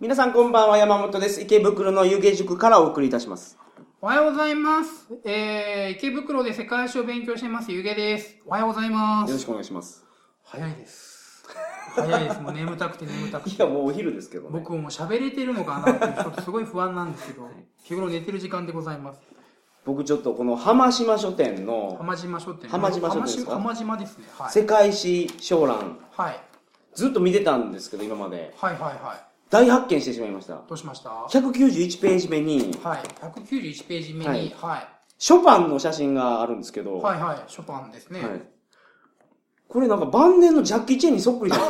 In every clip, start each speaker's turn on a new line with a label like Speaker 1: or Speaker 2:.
Speaker 1: 皆さんこんばんは、山本です。池袋の湯気塾からお送りいたします。
Speaker 2: おはようございます。えー、池袋で世界史を勉強してます、ゆげです。おはようございま
Speaker 1: よろし
Speaker 2: す。
Speaker 1: くお願いします。
Speaker 2: 早いです。早いです。もう眠たくて眠たく
Speaker 1: い
Speaker 2: て。
Speaker 1: や、もうお昼ですけどね。
Speaker 2: 僕ももう喋れてるのかなっていう、ちょっとすごい不安なんですけど、日頃寝てる時間でございます。
Speaker 1: 僕ちょっとこの浜島書店の
Speaker 2: 浜島書店。
Speaker 1: 浜島書店ですか
Speaker 2: 浜島ですね。はい。
Speaker 1: 世界史小覧、
Speaker 2: はい。
Speaker 1: ずっと見てたんですけど、今まで。
Speaker 2: はいはいは
Speaker 1: 大発見してしまいました
Speaker 2: い。。どうしましたは
Speaker 1: 191ページ目に
Speaker 2: い。、191ページ目に、
Speaker 1: は
Speaker 2: はいい。はい
Speaker 1: ショパンの写真があるんですけど、
Speaker 2: はい、ショパンですね。
Speaker 1: はいこれなんか晩年のジャッキー・チェンにそっくりじゃな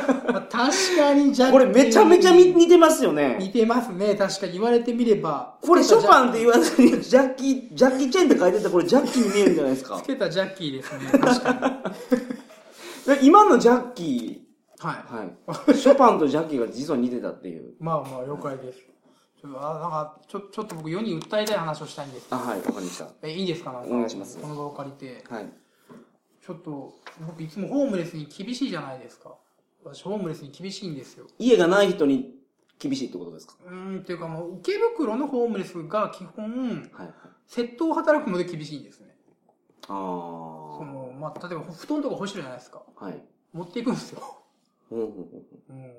Speaker 1: いです か。
Speaker 2: まあ確かに、じゃ
Speaker 1: これめちゃめちゃ似似てますよね。
Speaker 2: 似てますね。確かに言われてみれば。
Speaker 1: これショパンって言
Speaker 2: う
Speaker 1: わずに、ジャッキー、ジャッキー・チェンって書いてたらこれジャッキーに見えるんじゃないです か
Speaker 2: つ。けたジャッキーです ね。確かに。
Speaker 1: で今のジャッキー、
Speaker 2: はい。
Speaker 1: はい。ショパンとジャッキーが実は似てたっていう。
Speaker 2: まあまあ、了解です。ちょっと、あなんかちょちょっと僕世に訴えたい話をしたいんです。
Speaker 1: あ、はい、わかりました。
Speaker 2: え、いいですかなんか
Speaker 1: お願いします
Speaker 2: この場を借りて。
Speaker 1: はい。
Speaker 2: ちょっと、僕いつもホームレスに厳しいじゃないですか。私、ホームレスに厳しいんですよ。
Speaker 1: 家がない人に厳しいってことですか
Speaker 2: うーん、っていうかもう、池袋のホームレスが基本、
Speaker 1: はい。はい
Speaker 2: 窃盗を働くので厳しいんですね。
Speaker 1: あ
Speaker 2: そ
Speaker 1: ー。
Speaker 2: の、まあ、例えば、布団とか干してるじゃないですか。
Speaker 1: はい。
Speaker 2: 持っていくんですよ。
Speaker 1: うんうんうん
Speaker 2: うん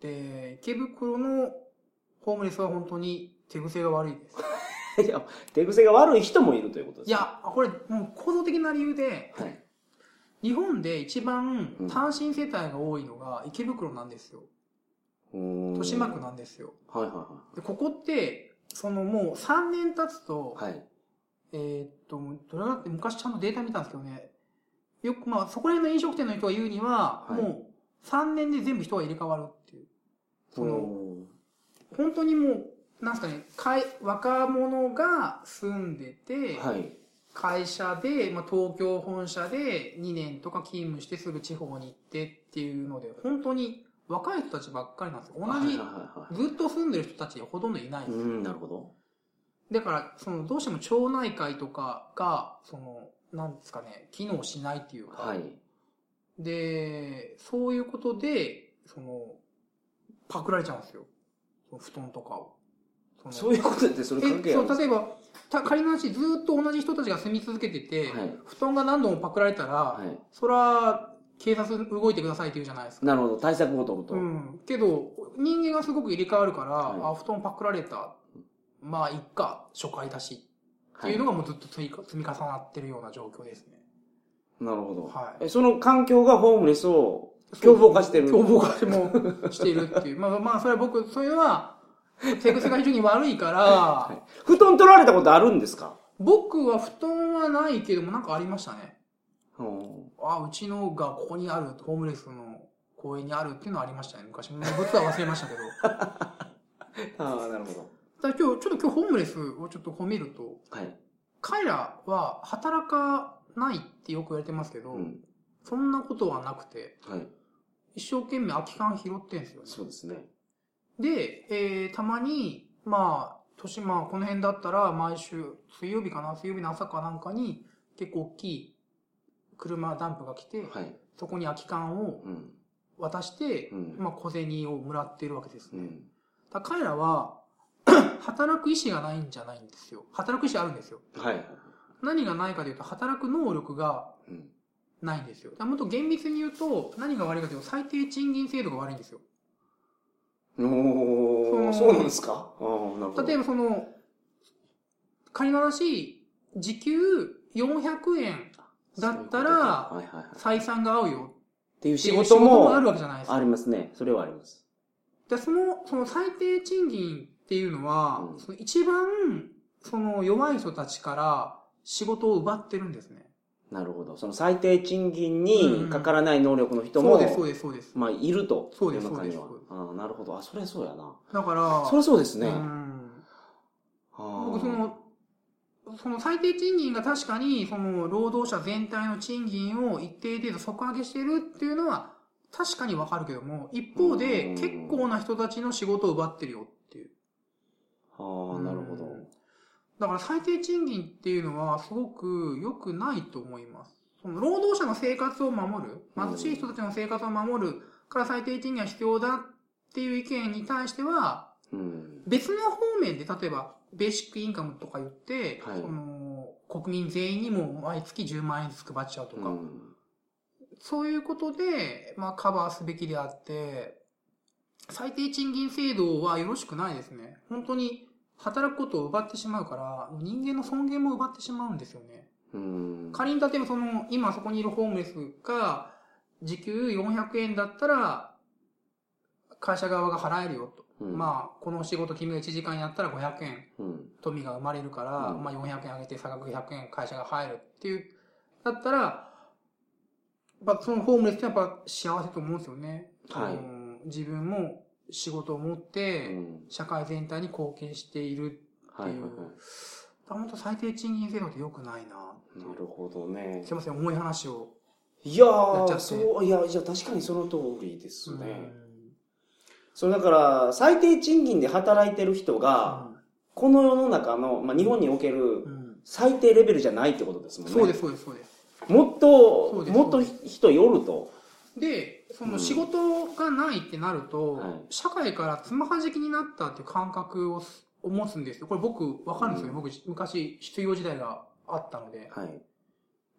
Speaker 2: で、池袋のホームレスは本当に手癖が悪いです。
Speaker 1: うんいや、手癖が悪い人もいるということです
Speaker 2: い
Speaker 1: か。
Speaker 2: や、これ、もう構造的な理由で、
Speaker 1: はい。
Speaker 2: 日本で一番
Speaker 1: うん
Speaker 2: 単身世帯が多いのが池袋なんですよ。
Speaker 1: うーん
Speaker 2: 豊島区なんですよ。
Speaker 1: はいは
Speaker 2: で、ここって、そのもう3年経つと、
Speaker 1: いはい。はい。
Speaker 2: えーっと、どれだって昔ちゃんとデータ見たんですけどね、よく、まあ、そこら辺の飲食店の人が言うには、
Speaker 1: はい
Speaker 2: もう3年で全部人が入れ替わるっていう。その
Speaker 1: う
Speaker 2: 本当にもう、なんすかね、かい若者が住んでて、
Speaker 1: ーんはい。
Speaker 2: 会社で、まあ、東京本社で2年とか勤務してすぐ地方に行ってっていうので、本当に若い人たちばっかりなんですよ。
Speaker 1: はいはい
Speaker 2: 同
Speaker 1: は
Speaker 2: じ、ずっと住んでる人たちほとんどいないん
Speaker 1: い。
Speaker 2: です
Speaker 1: う
Speaker 2: よ。
Speaker 1: ん、なるほど。
Speaker 2: だから、その、どうしても町内会とかが、その、なんですかね、機能しないっていうか、
Speaker 1: はい。
Speaker 2: で、そういうことで、その、パクられちゃうんですよ。その布団とかを。その
Speaker 1: そういうことってそれ関
Speaker 2: え
Speaker 1: 係あ
Speaker 2: そ
Speaker 1: るんで
Speaker 2: う
Speaker 1: す
Speaker 2: 例えばた仮の話ずーっと同じ人たちが住み続けてて、
Speaker 1: はい
Speaker 2: 布団が何度もパクられたら、
Speaker 1: かはい。
Speaker 2: そら警察動いてくださいって言うじゃないですか、
Speaker 1: なるほど。対策法とこと。
Speaker 2: うん、けど人間がすごく入れ替わるから、
Speaker 1: はい
Speaker 2: あ布団パクられたまあいっか初回だしっ
Speaker 1: は
Speaker 2: てい
Speaker 1: いう
Speaker 2: のがもうずっと積み積み重なってるような状況ですね
Speaker 1: なるほど。
Speaker 2: はい
Speaker 1: えその環境がホームレスを凶暴化してる。
Speaker 2: 凶暴化してもしているっていうまあまあそれは僕それは 手癖が非常に悪いから、
Speaker 1: 布団取られたことあるんですか
Speaker 2: 僕は布団はないけどもなんかありましたね
Speaker 1: うん
Speaker 2: あ、うちのがここにある、ホームレスの公園にあるっていうのはありましたね、昔。もう物は忘れました けど。ただ
Speaker 1: ああ、なるほど。
Speaker 2: 今日、ちょっと今日ホームレスをちょっと褒めると、
Speaker 1: はい。
Speaker 2: 彼らは働かないってよく言われてますけど、
Speaker 1: うん。
Speaker 2: そんなことはなくて、
Speaker 1: はい。
Speaker 2: 一生懸命空き缶拾ってんですよね。
Speaker 1: そうですね。
Speaker 2: で、えー、たまに、まあ、年、まあ、この辺だったら、毎週、水曜日かな、水曜日の朝かなんかに、結構大きい車ダンプが来て、
Speaker 1: はい。
Speaker 2: そこに空き缶を
Speaker 1: うん。
Speaker 2: 渡して、
Speaker 1: うん
Speaker 2: まあ、小銭をもらってるわけです
Speaker 1: う
Speaker 2: ね。
Speaker 1: ん。
Speaker 2: だから彼らは、 働く意思がないんじゃないんですよ。働く意思あるんですよ。
Speaker 1: はい。
Speaker 2: 何がないかというと、働く能力が
Speaker 1: うん。
Speaker 2: ないんですよ。だからもっと厳密に言うと、何が悪いかというと、最低賃金制度が悪いんですよ。
Speaker 1: おー、
Speaker 2: そ
Speaker 1: そう
Speaker 2: の
Speaker 1: なんですかああ、なるほど。
Speaker 2: 例えばその、仮の話、時給400円だったら
Speaker 1: そういうことかはいはいはい。っ
Speaker 2: 採算が合うよ
Speaker 1: ていう
Speaker 2: ってい
Speaker 1: 仕
Speaker 2: う
Speaker 1: 事も
Speaker 2: あるわけじゃないですか。
Speaker 1: ありますね。それはあります。
Speaker 2: で、その、その最低賃金っていうのは、
Speaker 1: うん
Speaker 2: その一番、その弱い人たちから仕事を奪ってるんですね。
Speaker 1: なるほど。その最低賃金にかからない能力の人
Speaker 2: そ
Speaker 1: も
Speaker 2: う、です、そうです、そうです。
Speaker 1: まあ、いると。
Speaker 2: そうです
Speaker 1: 世の中には
Speaker 2: そうです。
Speaker 1: ああ、なるほど。あ、そりゃそうやな。
Speaker 2: だから、
Speaker 1: そりゃそうですね。
Speaker 2: う
Speaker 1: あ
Speaker 2: ん
Speaker 1: あ
Speaker 2: 僕その、その最低賃金が確かに、その労働者全体の賃金を一定程度底上げしてるっていうのは、確かにわかるけども、一方で、
Speaker 1: うん
Speaker 2: 結構な人たちの仕事を奪ってるよっていう。
Speaker 1: ああ、なるほど。
Speaker 2: うんだから最低賃金っていうのはすごく良くないと思います。その労働者の生活を守る、貧しい人たちの生活を守るから最低賃金が必要だっていう意見に対しては、
Speaker 1: うん。
Speaker 2: 別の方面で、例えば、ベーシックインカムとか言って、
Speaker 1: はい
Speaker 2: その、国民全員にも毎月10万円ずつ配っちゃうと
Speaker 1: う
Speaker 2: か、
Speaker 1: ん。
Speaker 2: そういうことで、まあ、カバーすべきであって、最低賃金制度はよろしくないですね。本当に、働くことを奪ってしまうから、人間の尊厳も奪ってしまうんですよね。
Speaker 1: うん。
Speaker 2: 仮に例えばその、今そこにいるホームレスが、時給400円だったら、会社側が払えるよと。
Speaker 1: うん
Speaker 2: まあ、この仕事君が1時間やったら500円、
Speaker 1: うん。
Speaker 2: 富が生まれるから、
Speaker 1: うん
Speaker 2: まあ400円上げて差額100円会社が入るっていう、だったら、やっぱそのホームレスってやっぱ幸せと思うんですよね。
Speaker 1: はい
Speaker 2: その自分も仕事を持っ
Speaker 1: う
Speaker 2: て、
Speaker 1: ん。
Speaker 2: 社会全体に貢献している。
Speaker 1: はいはいは
Speaker 2: 本当最低賃金制度って良くないな。
Speaker 1: い。なるほどね
Speaker 2: すい。ません、重い話を。
Speaker 1: いや
Speaker 2: やっち
Speaker 1: ー、
Speaker 2: ゃって
Speaker 1: そう、いや、じゃ確かにその通りですね。
Speaker 2: うん
Speaker 1: そう、だから、最低賃金で働いてる人が、この世の中の、まあ、日本における
Speaker 2: うん
Speaker 1: 最低レベルじゃないってことですもんね。
Speaker 2: そうです、そうです、そうです。
Speaker 1: もっと
Speaker 2: そう、です
Speaker 1: もっと
Speaker 2: そ
Speaker 1: 人よると。
Speaker 2: で、そ
Speaker 1: うん
Speaker 2: の仕事がないってなると、
Speaker 1: はい
Speaker 2: 社会からつまはじきになったっていう感覚をすを持つんですよ。これ僕、わかるんですよ。
Speaker 1: うん
Speaker 2: 僕、昔、失業時代があったので。
Speaker 1: はい。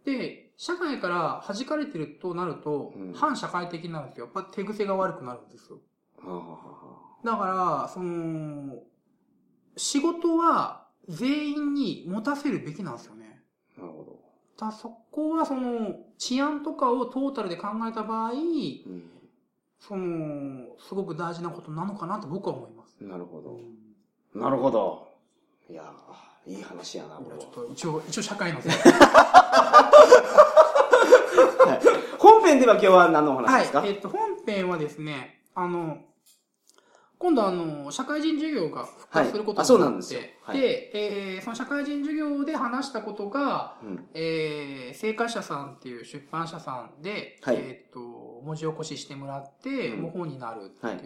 Speaker 2: で、社会から弾かれてるとなると、
Speaker 1: うん
Speaker 2: 反社会的になるんですよ。やっぱ手癖が悪くなるんですよ。
Speaker 1: はあはあはあ
Speaker 2: だから、その、仕事は全員に持たせるべきなんですよね。
Speaker 1: なるほ
Speaker 2: だからそこはその治安とかをトータルで考えた場合、
Speaker 1: ど。うん。
Speaker 2: その、すごく大事なことなのかなと僕は思います。
Speaker 1: なるほど。
Speaker 2: い
Speaker 1: なるほど。いやー、いい話やな、これ
Speaker 2: や
Speaker 1: は
Speaker 2: ちょっ。と一応、一応社会のせい。
Speaker 1: 本編では今日は何のお話
Speaker 2: は
Speaker 1: で
Speaker 2: い
Speaker 1: すか、。
Speaker 2: えっと、本編はですね、あの、今度あの、社会人授業が復活すること
Speaker 1: はいあそう
Speaker 2: に
Speaker 1: な
Speaker 2: なん
Speaker 1: で
Speaker 2: っ
Speaker 1: す
Speaker 2: て、
Speaker 1: よ
Speaker 2: で
Speaker 1: はい
Speaker 2: えーその社会人授業で話したことが、
Speaker 1: うん
Speaker 2: えー、正解者さんっていう出版社さんで、
Speaker 1: はい
Speaker 2: えーっと、文字起こししてもらって、
Speaker 1: うん
Speaker 2: もう本になるっていう。
Speaker 1: はい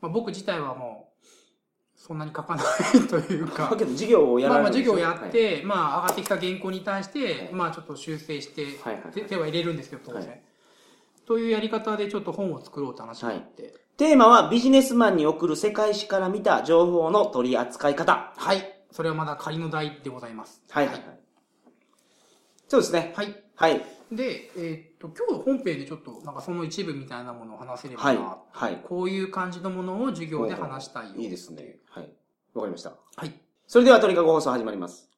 Speaker 2: まあ、僕自体はもう、そんなに書かないという
Speaker 1: ま
Speaker 2: か
Speaker 1: あ、けど授業をや
Speaker 2: まあ
Speaker 1: ら
Speaker 2: まあ
Speaker 1: れるんで
Speaker 2: 授
Speaker 1: すよ
Speaker 2: 業をやっ、て、まあ上がってきた原稿に対して、
Speaker 1: はい
Speaker 2: まあちょっと修正して、
Speaker 1: はいはいはい
Speaker 2: 手手は入れるんですけど、当然。
Speaker 1: はい
Speaker 2: というやり方でちょっと本を作ろうって話になって。
Speaker 1: テーマはビジネスマンに送る世界史から見た情報の取り扱い方。
Speaker 2: はい。それはまだ仮の題でございます。
Speaker 1: はいはいはい。そうですね。
Speaker 2: はい。
Speaker 1: はい。
Speaker 2: で、えーっと、今日本編でちょっとなんかその一部みたいなものを話せればな
Speaker 1: はい。はい。
Speaker 2: こういう感じのものを授業で話したいよ。
Speaker 1: いいですね。はい。わかりました。
Speaker 2: はい。
Speaker 1: それでは鳥かご放送始まります。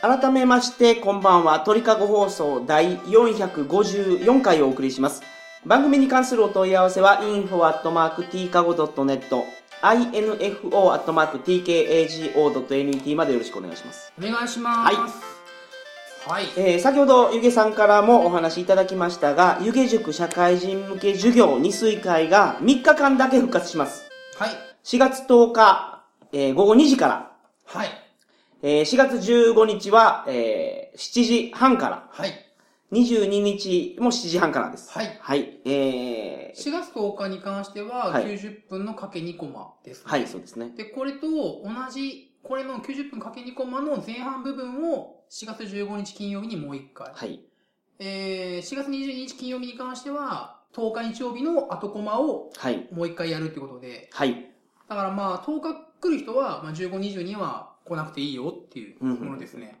Speaker 1: 改めまして、こんばんは。鳥かご放送第454回をお送りします。番組に関するお問い合わせは info.tkago.net info.tkago.net までよろしくお願いします。
Speaker 2: お願いします。はい。
Speaker 1: えー先ほど、ゆげさんからもお話いただきましたが、ゆげ塾社会人向け授業二水会が3日間だけ復活します。
Speaker 2: はい。
Speaker 1: 4月10日、えー午後2時から、
Speaker 2: はい。
Speaker 1: えー4月15日は、えー7時半から、
Speaker 2: はい。
Speaker 1: 22日も7時半からです。
Speaker 2: はい。
Speaker 1: はい。えー
Speaker 2: 4月10日に関しては、
Speaker 1: はい
Speaker 2: 90分のかけ2コマですね。
Speaker 1: はい、そうですね。
Speaker 2: で、これと同じ、これの90分かけ2コマの前半部分を4月15日金曜日にもう1回。
Speaker 1: はい。
Speaker 2: えー、4月22日金曜日に関しては、10日日曜日の後コマを
Speaker 1: はい。
Speaker 2: もう1回やるってことで、
Speaker 1: はい。
Speaker 2: だからまあ10日来る人は、まあ、15、22は来なくていいよっていうものですね。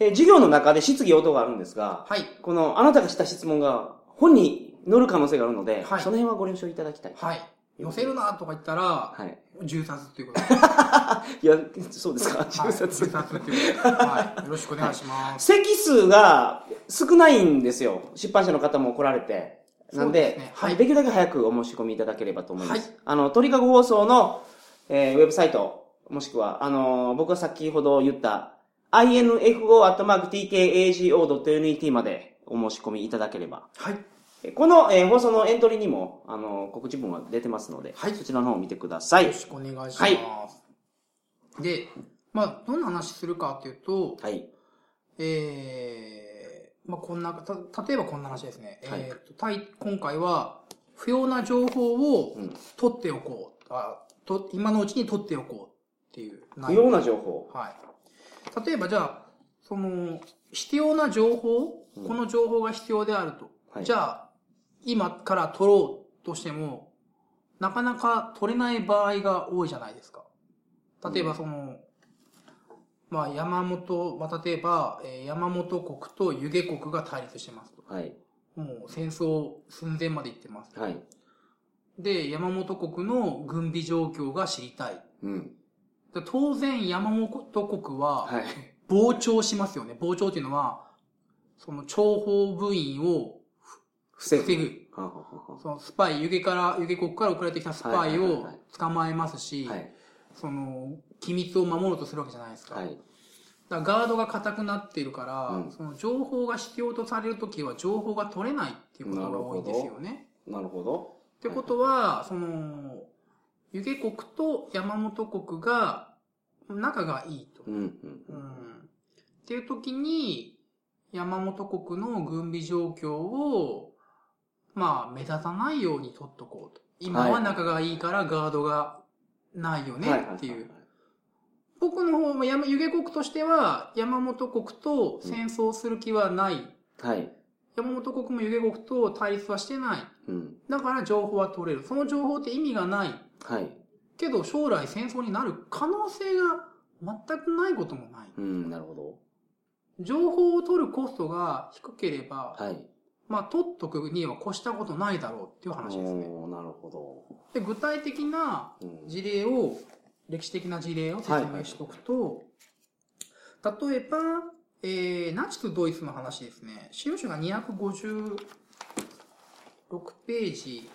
Speaker 1: えー授業の中で質疑応答があるんですが、
Speaker 2: はい。
Speaker 1: この、あなたがした質問が本に載る可能性があるので、
Speaker 2: はい
Speaker 1: その辺はご了承いただきたい。
Speaker 2: はい。載せるなとか言ったら、
Speaker 1: はい。
Speaker 2: 銃殺っていうことで。は
Speaker 1: い
Speaker 2: い
Speaker 1: や、そうですか、10冊
Speaker 2: 銃殺っていうことで。はい。よろしくお願いします。
Speaker 1: 席数が少ないんですよ。出版社の方も来られて。なん
Speaker 2: そう
Speaker 1: で、
Speaker 2: ですねはい
Speaker 1: できるだけ早くお申し込みいただければと思います。
Speaker 2: は
Speaker 1: あの、鳥かご放送の、えーウェブサイト、もしくは、あのー僕が先ほど言った、info.tkago.net までお申し込みいただければ。
Speaker 2: はい。
Speaker 1: えーこの、えー放送のエントリーにも、あのー告知文は出てますので、
Speaker 2: はい
Speaker 1: そちらの方を見てください。
Speaker 2: よ
Speaker 1: は
Speaker 2: ろしくお願いします。
Speaker 1: はい
Speaker 2: で、まあ、どんな話するかっていうと、
Speaker 1: い。
Speaker 2: えまあ、こんな、た、例えばこんな話ですね。
Speaker 1: はい
Speaker 2: えっと、たい、今回は、不要な情報を
Speaker 1: うん
Speaker 2: 取っておこう。あ、と、今のうちに取っておこうっていう
Speaker 1: 不
Speaker 2: 内容。
Speaker 1: 要な情報。
Speaker 2: はい。例えば、じゃあ、その、必要な情報、
Speaker 1: うん
Speaker 2: この情報が必要であると。
Speaker 1: はい
Speaker 2: じゃあ、今から取ろうとしても、なかなか取れない場合が多いじゃないですか。例えばその、まあ山本、まあ例えば、えー山本国と湯気国が対立してますと。
Speaker 1: はい。
Speaker 2: もう戦争寸前まで行ってます。
Speaker 1: はい。
Speaker 2: で、山本国の軍備状況が知りたい。
Speaker 1: うん。
Speaker 2: で当然山本国は、
Speaker 1: はい。
Speaker 2: 膨張しますよね。膨張っていうのは、その諜報部員を
Speaker 1: 防
Speaker 2: 防
Speaker 1: ぐ。
Speaker 2: ぐ。
Speaker 1: ははは
Speaker 2: そのスパイ、湯気から、湯気国から送られてきたスパイ
Speaker 1: はいはい
Speaker 2: を
Speaker 1: はいはい
Speaker 2: 捕まえますし、
Speaker 1: ははい。
Speaker 2: その、機密を守ろうとするわけじゃないですか。
Speaker 1: はい。
Speaker 2: だからガードが硬くなっているから、
Speaker 1: うん
Speaker 2: その情報が必要とされるときは情報が取れないっていうことが多いんですよね。
Speaker 1: なるほど。
Speaker 2: ってことは、その、湯気国と山本国が仲がいいと。
Speaker 1: うん。うん
Speaker 2: うんっていう時に、山本国の軍備状況を、まあ、目立たないように取っとこうと。今は仲がいいからガードがないよね
Speaker 1: はいはい
Speaker 2: っていう。
Speaker 1: はは
Speaker 2: 僕の方も山、湯気国としては、山本国と戦争する気はない。
Speaker 1: はい。はい。
Speaker 2: 山本国も湯気国と対立はしてない。
Speaker 1: うん。
Speaker 2: だから情報は取れる。その情報って意味がない。
Speaker 1: はい。
Speaker 2: けど将来戦争になる可能性が全くないこともない。
Speaker 1: うん。なるほど。
Speaker 2: 情報を取るコストが低ければ、
Speaker 1: はい。
Speaker 2: まあ、取っとくには越したことないだろうっていう話ですね。
Speaker 1: おーなるほ
Speaker 2: で、具体的な
Speaker 1: ど。うん。
Speaker 2: 事例を、歴史的な事例を説明しておくと、例えば、えー、ナチスドイツの話ですね。資料書が256ページ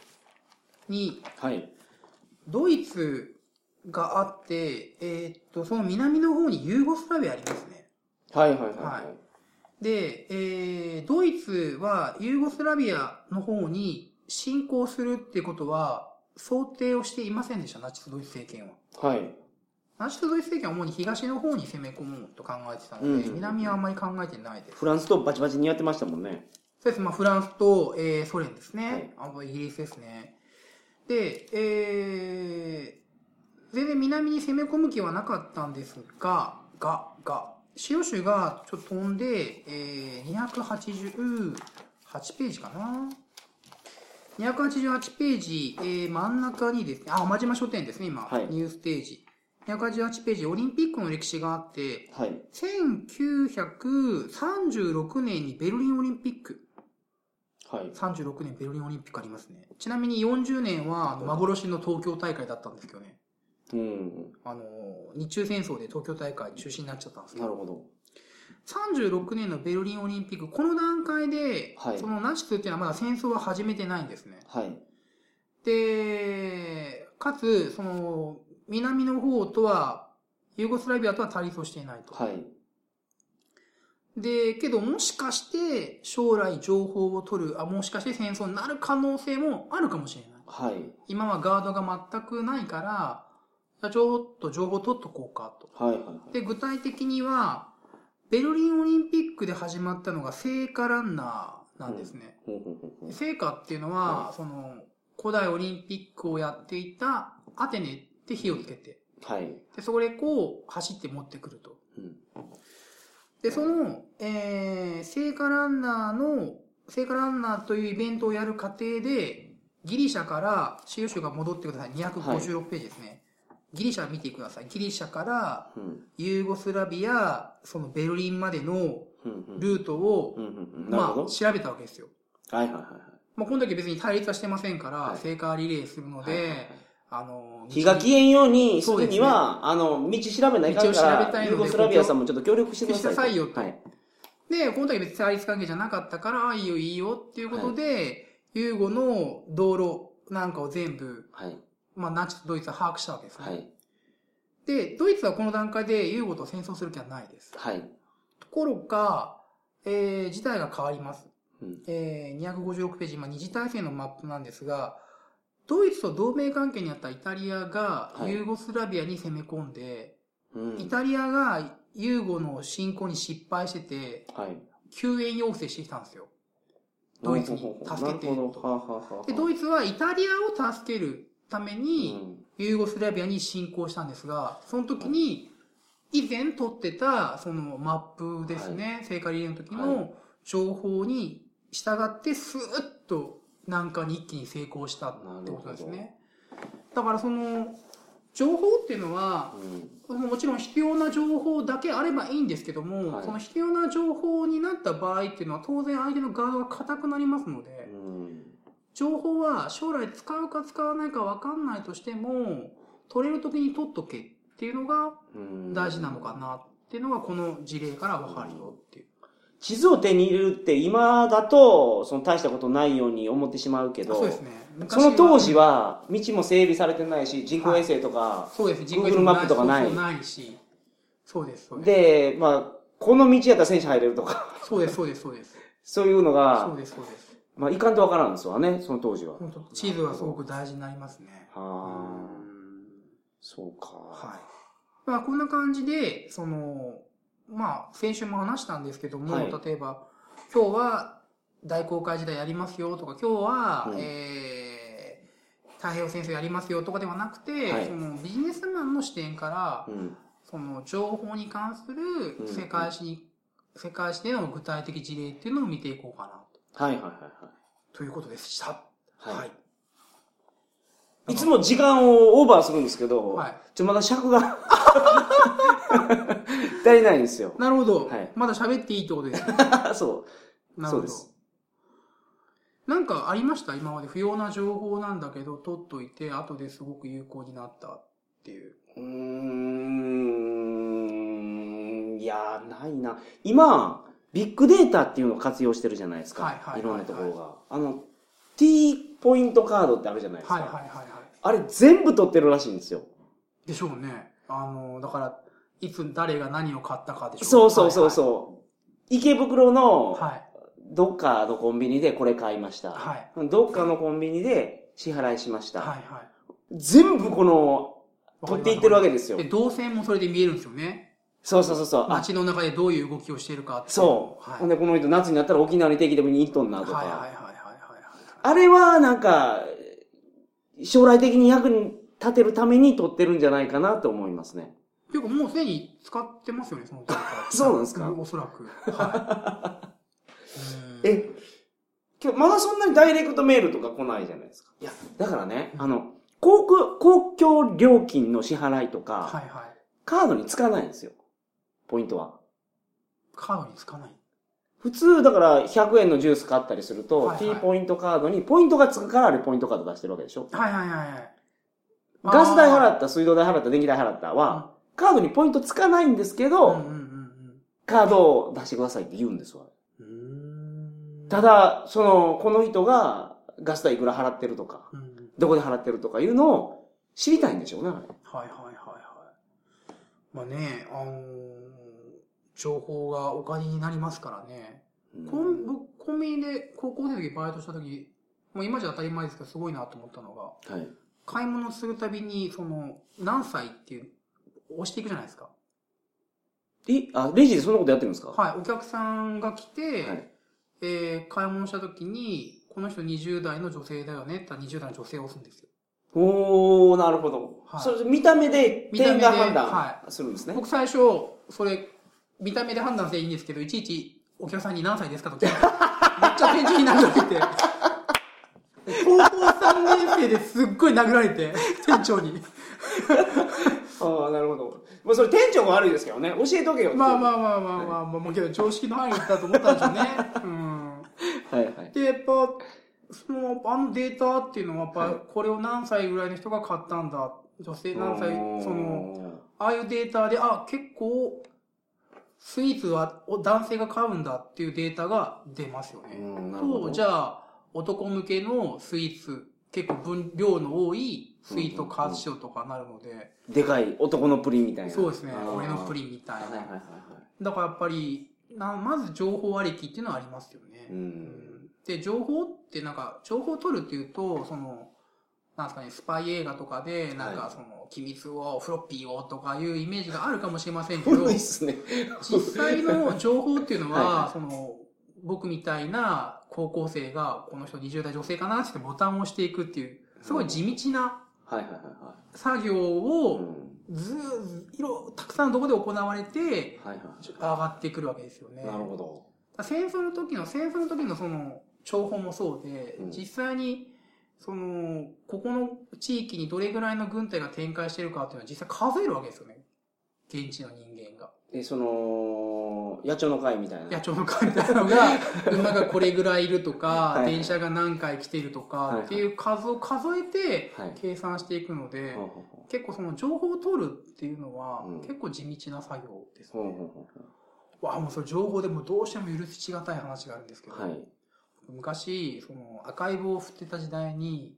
Speaker 2: に、
Speaker 1: はい。
Speaker 2: ドイツがあって、えーっと、その南の方にユーゴスラビアありますね。
Speaker 1: はいはいはい
Speaker 2: はで、えードイツはユーゴスラビアの方に侵攻するっていうことは想定をしていませんでした、ナチスドイツ政権は。
Speaker 1: はい。はい。
Speaker 2: ナチスドイツ政権は主に東の方に攻め込もうと考えてたので、
Speaker 1: うん
Speaker 2: 南はあんまり考えてないです。
Speaker 1: フランスとバチバチ似合ってましたもんね。
Speaker 2: そうです。まあ、フランスと、えーソ連ですね。あとイギリスですね。で、えー全然南に攻め込む気はなかったんですが、が、が、使用種がちょっと飛んで、えー288ページかな。288ページ、えー真ん中にですね、あ、馬島書店ですね、今、
Speaker 1: はい
Speaker 2: ニュースページ。288ページ、オリンピックの歴史があって、
Speaker 1: はい。
Speaker 2: 1936年にベルリンオリンピック。
Speaker 1: はい。
Speaker 2: 36年ベルリンオリンピックありますね。ちなみに40年はあの幻の東京大会だったんですけどね。
Speaker 1: うん。
Speaker 2: あの、日中戦争で東京大会中止になっちゃったんですけ
Speaker 1: な
Speaker 2: ど。
Speaker 1: るほど。
Speaker 2: 36年のベルリンオリンピック、この段階で、
Speaker 1: はい
Speaker 2: そのナチスっていうのはまだ戦争は始めてないんですね。
Speaker 1: はい。
Speaker 2: で、かつ、その、南の方とは、ユーゴスラビアとは対立をしていないと。
Speaker 1: はい。
Speaker 2: で、けどもしかして将来情報を取る、あ、もしかして戦争になる可能性もあるかもしれない。
Speaker 1: はい。
Speaker 2: 今はガードが全くないから、じゃあちょっと情報を取っとこうかと。
Speaker 1: はい。はい。
Speaker 2: で、具体的には、ベルリンオリンピックで始まったのが聖火ランナーなんですね。
Speaker 1: ほうほうほうほう
Speaker 2: 聖火っていうのは、
Speaker 1: は
Speaker 2: その、古代オリンピックをやっていたアテネって火をつけて、
Speaker 1: はい。
Speaker 2: で、それこう走って持ってくると。
Speaker 1: うん。
Speaker 2: で、その、えー、聖火ランナーの、聖火ランナーというイベントをやる過程で、ギリシャから、資料集が戻ってください。256ページですね。ギリシャ見てください。ギリシャから、
Speaker 1: うん。
Speaker 2: ユーゴスラビア、そのベルリンまでの
Speaker 1: うん。うん。
Speaker 2: ルートを、
Speaker 1: うんうんうん。なるほ
Speaker 2: まあ、
Speaker 1: ど。
Speaker 2: 調べたわけですよ。
Speaker 1: はいはいはいはい。
Speaker 2: まあ、この時別に対立はしてませんから、
Speaker 1: はい
Speaker 2: 聖火リレーするので、
Speaker 1: はいはいはい
Speaker 2: あの、
Speaker 1: 日が消えんようにす
Speaker 2: そう
Speaker 1: る
Speaker 2: ですね
Speaker 1: には、あの、道調べないかん
Speaker 2: 道を調べ
Speaker 1: か
Speaker 2: た
Speaker 1: ら、
Speaker 2: いので
Speaker 1: ユーゴスラビアさんもちょっと協力してください。
Speaker 2: してくださいよと
Speaker 1: はい。
Speaker 2: で、この時別に対立関係じゃなかったから、あいいよいいよっていうことで、ユーゴの道路なんかを全部、
Speaker 1: はい。
Speaker 2: まあ、ナチス、ドイツは把握したわけですね。
Speaker 1: はい。
Speaker 2: で、ドイツはこの段階でユーゴと戦争する気はないです。
Speaker 1: はい。
Speaker 2: ところが、えー、事態が変わります。
Speaker 1: うん。
Speaker 2: えー、256ページ、今、二次大戦のマップなんですが、ドイツと同盟関係にあったイタリアが
Speaker 1: はい
Speaker 2: ユーゴスラビアに攻め込んで、
Speaker 1: うん
Speaker 2: イタリアがユーゴの侵攻に失敗してて、
Speaker 1: はい。
Speaker 2: 救援要請してきたんですよ。ドイツに助けて
Speaker 1: なるほどはあはあはあ
Speaker 2: で、ドイツはイタリアを助けるために、
Speaker 1: うん
Speaker 2: ユーゴスラビアに侵攻したんですが、その時に、以前撮ってた、そのマップですね、聖火リレーの時
Speaker 1: は
Speaker 2: の情報に従って、スーッと南下に一気に成功したってことです
Speaker 1: な
Speaker 2: ね。だからその、情報っていうのは、
Speaker 1: うん
Speaker 2: もちろん必要な情報だけあればいいんですけども、
Speaker 1: はい
Speaker 2: その必要な情報になった場合っていうのは当然相手の側が硬くなりますので、
Speaker 1: うん
Speaker 2: 情報は将来使うか使わないか分かんないとしても、取れる時に取っとけっていうのが
Speaker 1: うん
Speaker 2: 大事なのかなっていうのがこの事例から分かるよっていう。
Speaker 1: 地図を手に入れるって今だとその大したことないように思ってしまうけ
Speaker 2: あ
Speaker 1: ど
Speaker 2: そうですね。
Speaker 1: その当時
Speaker 2: は。
Speaker 1: は道も整備されてないし人工衛星とか、
Speaker 2: そうです。
Speaker 1: Google マップとかない
Speaker 2: そうそうないし。そうです、そうです。
Speaker 1: で、まあ、この道やったら戦車入れるとか、
Speaker 2: そうです、そうです、そうです。
Speaker 1: そういうの
Speaker 2: そ
Speaker 1: が
Speaker 2: う、です、そうです。
Speaker 1: まあ、いかんとわからんですわね、その当時は。
Speaker 2: 本当地図はすごく大事になりますね。
Speaker 1: は
Speaker 2: う
Speaker 1: あ、
Speaker 2: ん
Speaker 1: そうか。
Speaker 2: はい。まあ、こんな感じで、その、まあ、先週も話したんですけども、
Speaker 1: はい
Speaker 2: 例えば、今日は大航海時代やりますよとか、今日は、
Speaker 1: うん
Speaker 2: えー太平洋戦争やりますよとかではなくて、
Speaker 1: はい
Speaker 2: そのビジネスマンの視点から、
Speaker 1: うん。
Speaker 2: その情報に関す
Speaker 1: う
Speaker 2: る
Speaker 1: ん
Speaker 2: 世界史に、世界史での具体的事例っていうのを見ていこうかな
Speaker 1: はいはいはい
Speaker 2: ということでした。
Speaker 1: はい。は
Speaker 2: はいい。
Speaker 1: いつも時間をオーバーするんですけど、
Speaker 2: はい
Speaker 1: ちょまだ尺が 足りないん ですよ。
Speaker 2: なるほど。
Speaker 1: はい
Speaker 2: まだ喋っていいってことですね。
Speaker 1: そ
Speaker 2: なるほ
Speaker 1: そうで
Speaker 2: ど
Speaker 1: す。
Speaker 2: なんかありました今まで不要な情報なんだけど、取っといて、後ですごく有効になったっていう。
Speaker 1: う。うーん、いやー、ないな。今、ビッグデータっていうのを活用してるじゃないですか。
Speaker 2: はいはいはいはい
Speaker 1: ろんなところが。あの、T ポイントカードってあるじゃないですか。
Speaker 2: はいはいはいは
Speaker 1: あれ全部取ってるらしいんですよ。
Speaker 2: い。でしょうね。あの、だから、いつ誰が何を買ったかでしょ
Speaker 1: そうそうそうそう。池袋
Speaker 2: うはい
Speaker 1: の
Speaker 2: はい、はい。
Speaker 1: どっかのコンビニでこれ買いました。
Speaker 2: は
Speaker 1: どっかのコンビニで支払いしました。
Speaker 2: はいはい。
Speaker 1: 全部この、取っていってるわけですよ
Speaker 2: で、動線もそれで見えるんですよね。
Speaker 1: そうそうそうそう。あ、
Speaker 2: 街の中でどういう動きをしているかってい
Speaker 1: そう。
Speaker 2: はい。
Speaker 1: ほん
Speaker 2: はい
Speaker 1: でこの人夏になったら沖縄に定期的に行っとんなとか。
Speaker 2: はいはいはいはい
Speaker 1: あれはなんか、将来的に役に立てるために取ってるんじゃないかなと思いますね。
Speaker 2: はい。ていうかもうすでに使ってますよね、そのデー タ
Speaker 1: そうなんですか
Speaker 2: おそらく。 はい。うん
Speaker 1: え、今日まだそんなにダイレクトメールとか来ないじゃないですか。いや、だからね、
Speaker 2: うん
Speaker 1: あの、航空、公共料金の支払いとか、
Speaker 2: はいはい。
Speaker 1: カードにつかないんですよ。ポイントは。
Speaker 2: カードにつかない。
Speaker 1: 普通、だから100円のジュース買ったりすると、
Speaker 2: はいはい
Speaker 1: T ポイントカードにポイントがつくからあれポイントカード出してるわけでしょ。
Speaker 2: はいはいはいはい。
Speaker 1: ガス代払
Speaker 2: っ
Speaker 1: った、水道代払った、電気代払ったは、カードにポイントつかないんですけ
Speaker 2: う
Speaker 1: ど、
Speaker 2: んうんうん
Speaker 1: カードを出してくださいって言うんですわ。
Speaker 2: うん。うーん
Speaker 1: た、だ、その、この人がガス代いくら払ってるとか、
Speaker 2: うんうん、
Speaker 1: どこで払ってるとかいうのを知りたいんでしょうね、あれ。
Speaker 2: はいはいはいはい。まあね、あのー情報がお金になりますからね。コン僕、コンビニで高校生の時バイトした時、もう今じゃ当たり前ですけど、すごいなと思ったのが、
Speaker 1: はい。
Speaker 2: 買い物するたびに、その、何歳っていう、押していくじゃないですか。
Speaker 1: え、あ、レジでそんなことやってるんですか
Speaker 2: はい、お客さんが来て、
Speaker 1: はい
Speaker 2: えー買い物した時に、この人20代の女性だよねって言ったら20代の女性を押すんですよ。
Speaker 1: おー、なるほど。
Speaker 2: はい
Speaker 1: それ見た目で点が判
Speaker 2: 見た目では
Speaker 1: 断するんですね。
Speaker 2: 僕最初、それ、見た目で判断していいんですけど、いちいちお客さんに何歳ですかと聞いて、めっちゃ返事になるって。高校3年生ですっごい殴られて、店長に。
Speaker 1: ああ、なるほど。まあ、それ店長が悪いですけどね。教えとけよ
Speaker 2: まあま
Speaker 1: あ。
Speaker 2: あまあまあまあ、まあ、もうけど常識の範囲だと思ったんでしょうね。うん。
Speaker 1: はいはい。
Speaker 2: で、やっぱ、その、あのデータっていうのは、やっ
Speaker 1: はい
Speaker 2: ぱ、これを何歳ぐらいの人が買ったんだ。女性何歳、その、、ああいうデータで、あ、結構、スイーツはお男性が買うんだっていうデータが出ますよね。
Speaker 1: うん、なるほ
Speaker 2: と、
Speaker 1: ど。
Speaker 2: じゃあ、男向けのスイーツ、結構分量の多いスイーツを開発しようとかなるので、
Speaker 1: でかい男のプリンみたいな。
Speaker 2: そうですね、
Speaker 1: あー
Speaker 2: 俺のプリンみたい
Speaker 1: はいはいは
Speaker 2: な。
Speaker 1: いは
Speaker 2: だからやっぱり、なまず情報ありきっていうのはありますよね。
Speaker 1: い。うん。
Speaker 2: で、情報ってなんか、情報を取るっていうと、その、なんですかね、スパイ映画とかで、なん
Speaker 1: は
Speaker 2: か
Speaker 1: い
Speaker 2: その、機密を、フロッピーをとかいうイメージがあるかもしれませ んけど、
Speaker 1: 古いっすね。
Speaker 2: 実際の情報っていうのは、
Speaker 1: は
Speaker 2: その、僕みたいな高校生が、この人20代女性かなって言ってボタンを押していくっていう、すごい地道な
Speaker 1: はいはいはいは
Speaker 2: 作業
Speaker 1: い。う
Speaker 2: を、
Speaker 1: ん
Speaker 2: ずーいろ、たくさんのところで行われて、
Speaker 1: はいは
Speaker 2: 上がってくるわけですよね。
Speaker 1: い。なるほど。
Speaker 2: 戦争の時の、戦争の時のその、情報もそうで、
Speaker 1: うん
Speaker 2: 実際に、その、ここの地域にどれぐらいの軍隊が展開してるかっていうのは実際数えるわけですよね。現地の人間が。
Speaker 1: え、その、野鳥の会みたいな。
Speaker 2: 野鳥の会みたいな のが、馬がこれぐらいいるとか
Speaker 1: は、い
Speaker 2: 電車が何回来てると
Speaker 1: はい
Speaker 2: か
Speaker 1: はい
Speaker 2: っていう数を数えて
Speaker 1: はい。
Speaker 2: 計算していくので
Speaker 1: ほ、うほう
Speaker 2: 結構その情報を取るっていうのは
Speaker 1: うん
Speaker 2: 結構地道な作業です
Speaker 1: ほうほう
Speaker 2: ね。
Speaker 1: ほう
Speaker 2: わあ、もうそれ情報でもうどうしても許し難い話があるんですけど、
Speaker 1: ほうはい。
Speaker 2: 昔、その赤い棒を振ってた時代に、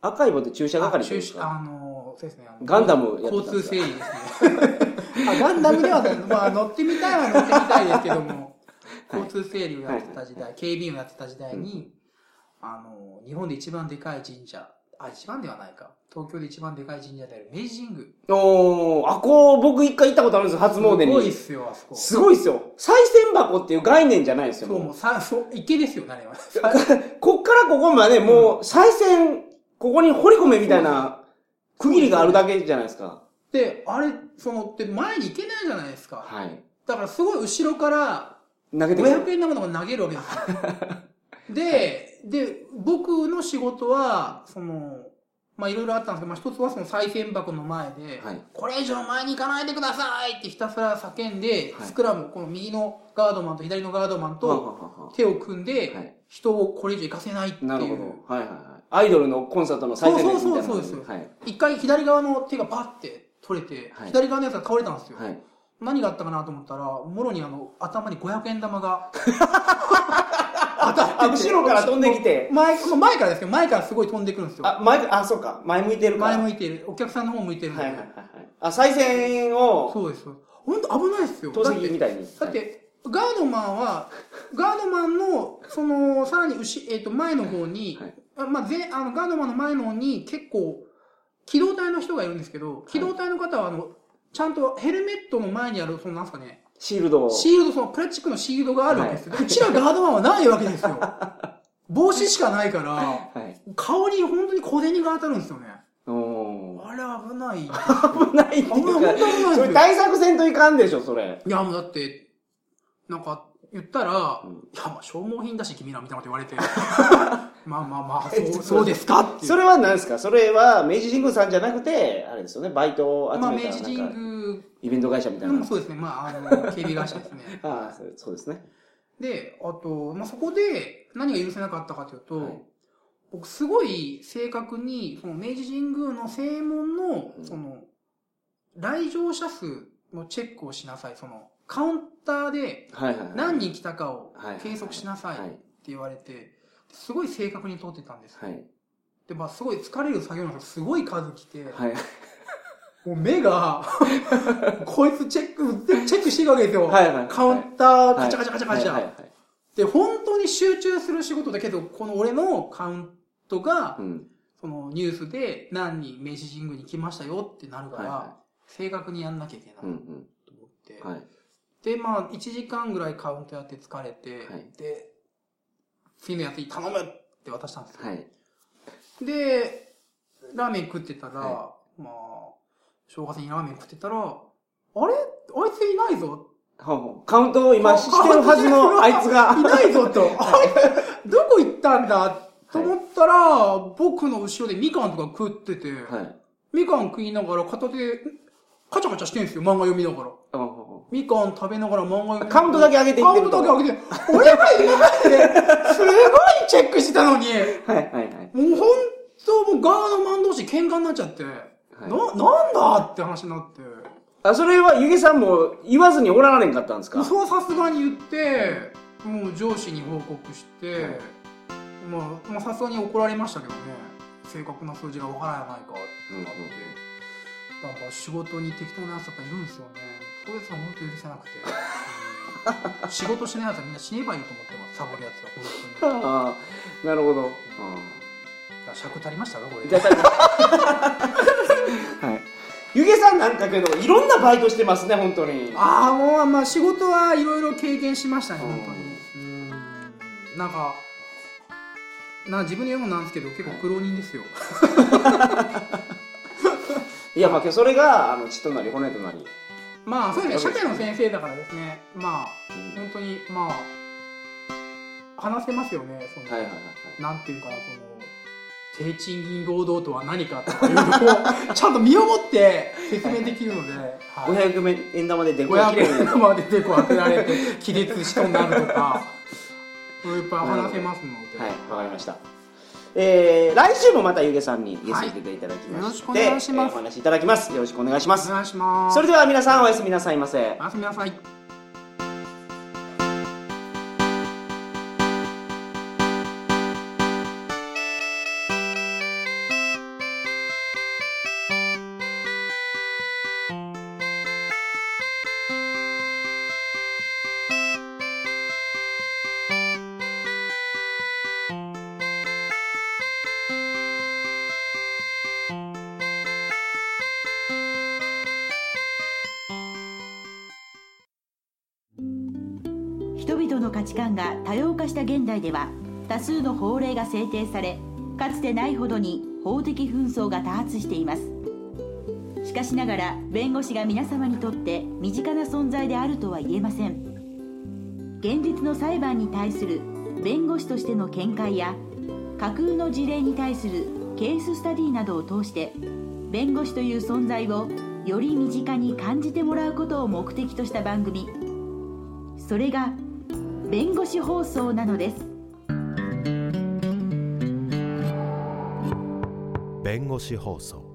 Speaker 1: 赤い棒って注射
Speaker 2: あ
Speaker 1: 係というんで
Speaker 2: 中
Speaker 1: す
Speaker 2: 止
Speaker 1: か
Speaker 2: あの、そうですね。あの
Speaker 1: ガンダムやって
Speaker 2: 交
Speaker 1: たんです
Speaker 2: 通整
Speaker 1: か
Speaker 2: 理ですね。あガンダムではない、まあ乗ってみたいは乗ってみたいですけども、
Speaker 1: はい
Speaker 2: 交通整理をやってた時代、警備員をやってた時代
Speaker 1: う
Speaker 2: に、あの、日本で一番でかい神社、あ、一番ではないか。東京で一番でかい神社である明治神宮。
Speaker 1: おー、あ、こう、僕一回行ったことあるんですよ、初詣
Speaker 2: すごいっ
Speaker 1: に。
Speaker 2: すよ、あそこ。
Speaker 1: すごいっすよ。賽銭箱っていう概念じゃないですよ。
Speaker 2: そう、
Speaker 1: も
Speaker 2: も
Speaker 1: う
Speaker 2: う、さ、そう、池ですよ、なれは。
Speaker 1: こっからここまでもう、賽銭、ここに掘り込めみたいな、区切りがあるだけじゃないですか。
Speaker 2: で、あれ、その、って前に行けないじゃないですか。
Speaker 1: はい。
Speaker 2: だからすごい後ろから、
Speaker 1: 投げてくる。
Speaker 2: 500円玉とか投げるわけ ですよ。で、で、僕の仕事は、その、まあ、いろいろあったんですけど、まあ、一つはその再銭箱の前で、
Speaker 1: はい
Speaker 2: これ以上前に行かないでくださいってひたすら叫んで、
Speaker 1: はい
Speaker 2: スクラム、この右のガードマンと左のガードマン
Speaker 1: はは
Speaker 2: と
Speaker 1: はは
Speaker 2: 手を組んで、
Speaker 1: はい
Speaker 2: 人をこれ以上行かせないってい
Speaker 1: なるほ
Speaker 2: う。
Speaker 1: ど。はいはいはい。アイドルのコンサートの賽銭箱みたいな。
Speaker 2: そうそうそうそうです
Speaker 1: はい。
Speaker 2: 一回左側の手がパッて取れて、
Speaker 1: はい
Speaker 2: 左側のやつが倒れたんですよ。
Speaker 1: はい。
Speaker 2: 何があったかなと思ったら、もろにあの、頭に500円玉が当たってて
Speaker 1: あ、後ろから飛んできて。
Speaker 2: 前、もう前からですよ。前からすごい飛んでくるんですよ。
Speaker 1: あ、前、あ、そうか。前向いてるから。
Speaker 2: 前向いてる。お客さんの方向いてるんで。
Speaker 1: はいはいはいはい。あ、賽銭を、
Speaker 2: そうです。本当危ないですよ。
Speaker 1: 投
Speaker 2: だっ
Speaker 1: 石
Speaker 2: て、
Speaker 1: みたいに。
Speaker 2: だってガードマンは、ガードマンの、その、さらに後、えっ、と、前の方に、
Speaker 1: はい
Speaker 2: あまあ、前、あの、ガードマンの前の方に結構、機動隊の人がいるんですけど、機動隊の方は、あの、ちゃんとヘルメットの前にある、その、なんですかね、
Speaker 1: シールドを。
Speaker 2: シールド、そのプラスチックのシールドがあるわけですよ。うちらガードマンはないわけです よ。帽子しかないから、
Speaker 1: はい。
Speaker 2: 顔に本当に小銭が当たるんですよね。
Speaker 1: おー
Speaker 2: あれ危ない。危
Speaker 1: 危ないって
Speaker 2: ない、
Speaker 1: いう
Speaker 2: 本当
Speaker 1: か
Speaker 2: に。危ないん
Speaker 1: そ
Speaker 2: です
Speaker 1: れ
Speaker 2: よ。
Speaker 1: 対策せんといかんでしょ、それ。
Speaker 2: いや、もうだって、なんか、言ったら、
Speaker 1: うん
Speaker 2: いや、まあ、消耗品だし、君ら、みたいなこと言われ て。まあまあまあ、そうそうですかっていう。
Speaker 1: それは何ですかそれは明治神宮さんじゃなくて、あれですよね、バイトを集
Speaker 2: まあ、
Speaker 1: め
Speaker 2: 明
Speaker 1: た
Speaker 2: 治神
Speaker 1: なんか
Speaker 2: 宮
Speaker 1: イベント会社みた
Speaker 2: で
Speaker 1: い
Speaker 2: も
Speaker 1: な。。
Speaker 2: そうですね。まあ、あの、警備会社ですね
Speaker 1: ああ、そうそうですね。
Speaker 2: で、あと、まあ、そこで、何が許せなかったかというと、
Speaker 1: はい
Speaker 2: 僕、すごい正確に、その明治神宮の正門の
Speaker 1: う、ん
Speaker 2: その、来場者数のチェックをしなさい。その、カウンターで
Speaker 1: はいはいはい。
Speaker 2: 何人来たかを
Speaker 1: はい
Speaker 2: 計測しなさい。
Speaker 1: はい。
Speaker 2: って言われて、すごい正確に撮ってたんです。
Speaker 1: はい。
Speaker 2: で、まあ、すごい疲れる作業の人、すごい数来て、
Speaker 1: はい。
Speaker 2: もう目が、 こいつチェック、全部チェックしていくわけですよ。
Speaker 1: はいはいはい
Speaker 2: カウンター、カチャカチャカチャカチャ。
Speaker 1: はいはいはい
Speaker 2: で、本当に集中する仕事だけど、この俺のカウントが、
Speaker 1: うん。
Speaker 2: そのニュースで何人明治神宮に来ましたよってなるか
Speaker 1: は
Speaker 2: ら、
Speaker 1: いは
Speaker 2: 正確にやんなきゃいけない
Speaker 1: い。うん
Speaker 2: と思って。
Speaker 1: うん。はい。
Speaker 2: で、まあ、1時間ぐらいカウントやって疲れて、
Speaker 1: はい
Speaker 2: で、次のやつに頼むって渡したんですよ。
Speaker 1: はい。
Speaker 2: で、ラーメン食ってたら、
Speaker 1: は
Speaker 2: まあ、正月にラーメン食ってたら、あれあいついないぞ。
Speaker 1: ほうほうカウントを今してるはずのあいつが。
Speaker 2: いないぞ と。あれ どこ行ったんだと思ったら、僕の後ろでみかんとか食ってて、
Speaker 1: はい。
Speaker 2: みかん食いながら片手で、カチャカチャしてんすよ、漫画読みながら。
Speaker 1: ほうほうほ
Speaker 2: みかん食べながら漫画読みながら。
Speaker 1: カウントだけ上げていってると
Speaker 2: カウントだけ上げて。俺が今まですごいチェックしてたのに。
Speaker 1: うはいはいはい。
Speaker 2: もう本当もうガードマン同士喧嘩になっちゃって、な、なんだって話になって、
Speaker 1: あ、それはゆげさんも言わずにおられんかったんですか
Speaker 2: そうはさすがに言って、もう上司に報告して、まあ、まあさすがに怒られましたけどね、正確な数字がわからないかってなって、
Speaker 1: うんうん
Speaker 2: だから仕事に適当なやつとかいるんですよね。そういうやつは本当に許せなくて。うん仕事しないやつはみんな死ねばいいと思ってます、サボるやつは本当に。
Speaker 1: ああ、なるほど。あ
Speaker 2: いや尺足りましたかこれ
Speaker 1: じゃあ最後はいゆげさんなんかけどいろんなバイトしてますね本当に
Speaker 2: ああもうまあ仕事はいろいろ経験しましたね
Speaker 1: うん
Speaker 2: 本当にうんなんかな自分で言うのもなんですけど結構苦労人ですよ、
Speaker 1: いやまあけどそれがあの血となり骨となり、
Speaker 2: まあそうですね社会の先生だからですねまあ
Speaker 1: うん
Speaker 2: 本当にまあ話せますよねその、
Speaker 1: はいはいはいはい
Speaker 2: なんていうかなその低賃金労働とは何かとかいう のをちゃんと身をもって説明できるので、はい
Speaker 1: 500円玉でデコが切れるや
Speaker 2: 500
Speaker 1: つ
Speaker 2: 円まででこう当てられて亀裂しとになるとかいっぱい話せますので、
Speaker 1: はい、わかりました。えー、来週もまたゆげさんにゲスト
Speaker 2: はい
Speaker 1: に出ていただきまして、
Speaker 2: よろしくお願いし
Speaker 1: え
Speaker 2: ます
Speaker 1: ーお話いただきます。よろしくお願いしま
Speaker 2: お
Speaker 1: す。
Speaker 2: 願いします
Speaker 1: それでは皆さんおやすみなさいませ。
Speaker 2: おやすみなさい
Speaker 3: 人々の価値観が多様化した現代では多数の法令が制定されかつてないほどに法的紛争が多発していますしかしながら弁護士が皆様にとって身近な存在であるとは言えません現実の裁判に対する弁護士としての見解や架空の事例に対するケーススタディなどを通して弁護士という存在をより身近に感じてもらうことを目的とした番組それが弁護士放送なのです
Speaker 4: 弁護士放送